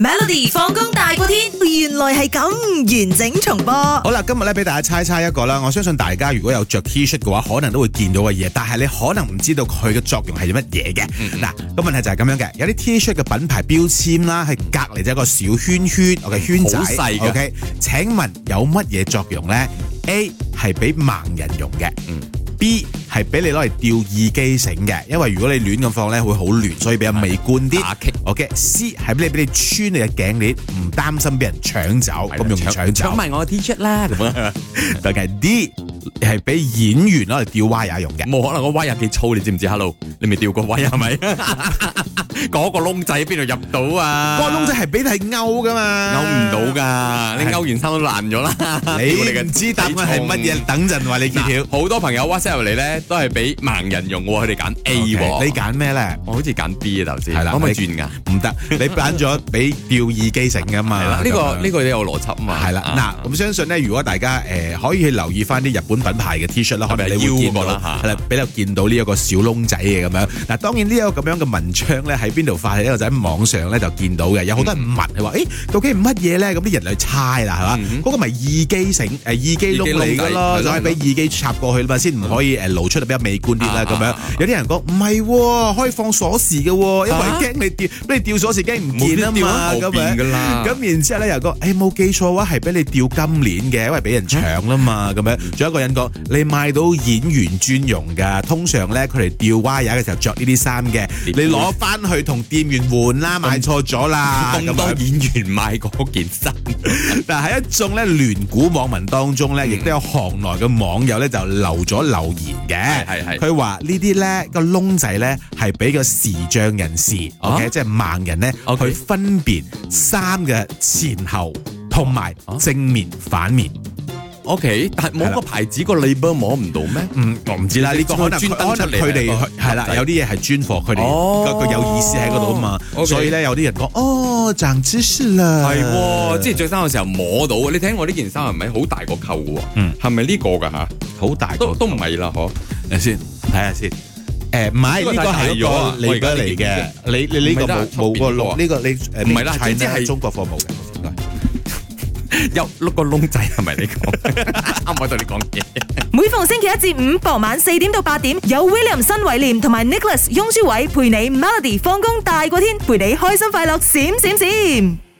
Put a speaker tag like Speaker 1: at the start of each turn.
Speaker 1: Melody 放工大過天，原來係咁完整重播。
Speaker 2: 好啦，今日咧俾大家猜猜一個啦，我相信大家如果有着 T-shirt 嘅話，可能都會見到嘅嘢，但係你可能唔知道佢嘅作用係乜嘢嘅。
Speaker 3: 嗯
Speaker 2: 嗱，個問題就係咁樣嘅，有啲 T-shirt 嘅品牌標籤啦，係隔離就一個小圈圈，OK 圈仔
Speaker 3: 好細嘅
Speaker 2: ，OK。請問有乜嘢作用呢 a 係俾盲人用嘅，
Speaker 3: 嗯
Speaker 2: B 係俾你攞嚟吊耳機繩嘅，因為如果你亂咁放咧，會好亂，所以比較美觀啲。
Speaker 3: 打棘
Speaker 2: OK。C 係俾你俾你穿你嘅頸鏈，唔擔心俾人搶走，咁容易搶走
Speaker 3: 搶。埋我嘅 T-shirt 啦，咁樣
Speaker 2: 但係 D 係俾演員攞嚟吊威也用嘅。
Speaker 3: 冇可能個威入幾粗，你知唔知？Hello，你未吊過威係咪？嗰個窿仔邊度入到啊？
Speaker 2: 個窿仔係俾你勾噶嘛，
Speaker 3: 勾唔到。噶，你勾完衫都爛咗啦。
Speaker 2: 你唔知答案係乜嘢？等陣話你揭曉。
Speaker 3: 嗱？好多朋友 WhatsApp 入嚟咧，都係俾盲人用喎，佢哋揀 A 喎。
Speaker 2: OK，你揀咩咧？
Speaker 3: 我好似揀 B 啊，頭先。
Speaker 2: 係啦
Speaker 3: 可唔可以
Speaker 2: 你
Speaker 3: 轉㗎？
Speaker 2: 唔得，你揀咗俾吊耳機繩噶嘛
Speaker 3: 係啦，。呢
Speaker 2: 咁
Speaker 3: 個
Speaker 2: 樣
Speaker 3: 呢個有邏輯啊嘛。
Speaker 2: 係啦，嗱，咁相信咧，如果大家誒可以去留意翻啲日本品牌嘅 T-shirt 啦，可
Speaker 3: 特別
Speaker 2: 能
Speaker 3: 係
Speaker 2: 你會見到
Speaker 3: 腰嗰個啦啊
Speaker 2: 係啦，比較見到呢一個小窿仔嘅咁樣。嗱，當然呢一個咁樣嘅文章咧，喺邊度發起呢？我就喺網上咧就見到嘅，有好多人問佢話：，誒，究竟係乜嘢咧？咁啲人嚟猜啦，係嘛
Speaker 3: 嗯？
Speaker 2: 嗰個咪耳機繩誒耳機窿嚟㗎咯，
Speaker 3: 耳機窿仔係咯
Speaker 2: 就可以俾耳機插過去啦嘛，先唔可以誒露出得比較美觀啲啦
Speaker 3: 啊
Speaker 2: 咁樣
Speaker 3: 啊。
Speaker 2: 有啲人講唔係喎，可以放鎖匙嘅喎，因
Speaker 3: 啊
Speaker 2: 為驚你掉，俾你掉鎖匙驚唔
Speaker 3: 冇
Speaker 2: 見啊
Speaker 3: 必要啊
Speaker 2: 嘛，
Speaker 3: 喺後
Speaker 2: 咁
Speaker 3: 邊
Speaker 2: 樣
Speaker 3: 㗎啦。
Speaker 2: 咁然之後咧又講，誒、哎冇記錯嘅話係俾你吊金鏈嘅，因為俾人搶啦嘛咁樣。仲有一個人講，你買到演員專用㗎，通常咧佢哋吊 Y 嘅時候着呢啲衫嘅，你攞翻去同店員換啦，買錯咗啦咁
Speaker 3: 咁多
Speaker 2: 樣。
Speaker 3: 演員買嗰件衫，
Speaker 2: 嗱喺一眾咧聯股網民當中
Speaker 3: 嗯
Speaker 2: 咧，亦都有行內嘅網友咧就留咗留言嘅。
Speaker 3: 係係係
Speaker 2: 佢話呢啲咧個窿仔咧係俾個視障人士
Speaker 3: 啊
Speaker 2: ，OK，即係盲人咧，
Speaker 3: OK
Speaker 2: 佢分辨衫嘅前後同埋
Speaker 3: 啊
Speaker 2: 正面反面。
Speaker 3: OK，但係
Speaker 2: 係
Speaker 3: 冇
Speaker 2: 啦
Speaker 3: 個牌子個 label 摸唔到咩？
Speaker 2: 嗯，我唔知啦，呢個可能
Speaker 3: 專登出嚟
Speaker 2: 可能佢哋
Speaker 3: 啊
Speaker 2: 係啦，
Speaker 3: 個
Speaker 2: 有啲嘢係專貨佢哋，
Speaker 3: 哦
Speaker 2: 佢佢有意思喺嗰度啊嘛，
Speaker 3: OK
Speaker 2: 所以咧有啲人講哦，長知識啦，
Speaker 3: 係喎，即係着衫嘅時候摸到啊！你睇我呢件衫係咪好大個扣嘅喎？
Speaker 2: 嗯
Speaker 3: 係咪呢個㗎嚇？
Speaker 2: 好大個
Speaker 3: 都都唔係啦，嗬。
Speaker 2: 睇先，睇下先。誒唔係
Speaker 3: 呢個
Speaker 2: 呢個
Speaker 3: 太
Speaker 2: 係
Speaker 3: 大
Speaker 2: 一
Speaker 3: 咗啊
Speaker 2: 個你
Speaker 3: 我而家
Speaker 2: 嘅嚟嘅，你你呢
Speaker 3: 唔係
Speaker 2: 個
Speaker 3: 得
Speaker 2: 冇
Speaker 3: 出
Speaker 2: 冇
Speaker 3: 邊
Speaker 2: 個
Speaker 3: 呢個啊
Speaker 2: 窿，呢個你誒
Speaker 3: 唔係啦即即係
Speaker 2: 中國貨冇嘅。應該
Speaker 3: 有碌個窿仔係咪你講？ 啱我喺度你講嘢。
Speaker 1: 每逢星期一至五傍晚四點到八點，有 William 新偉廉同埋 Nicholas 雍舒偉陪你 Melody 放工大過天，陪你開心快樂閃閃閃。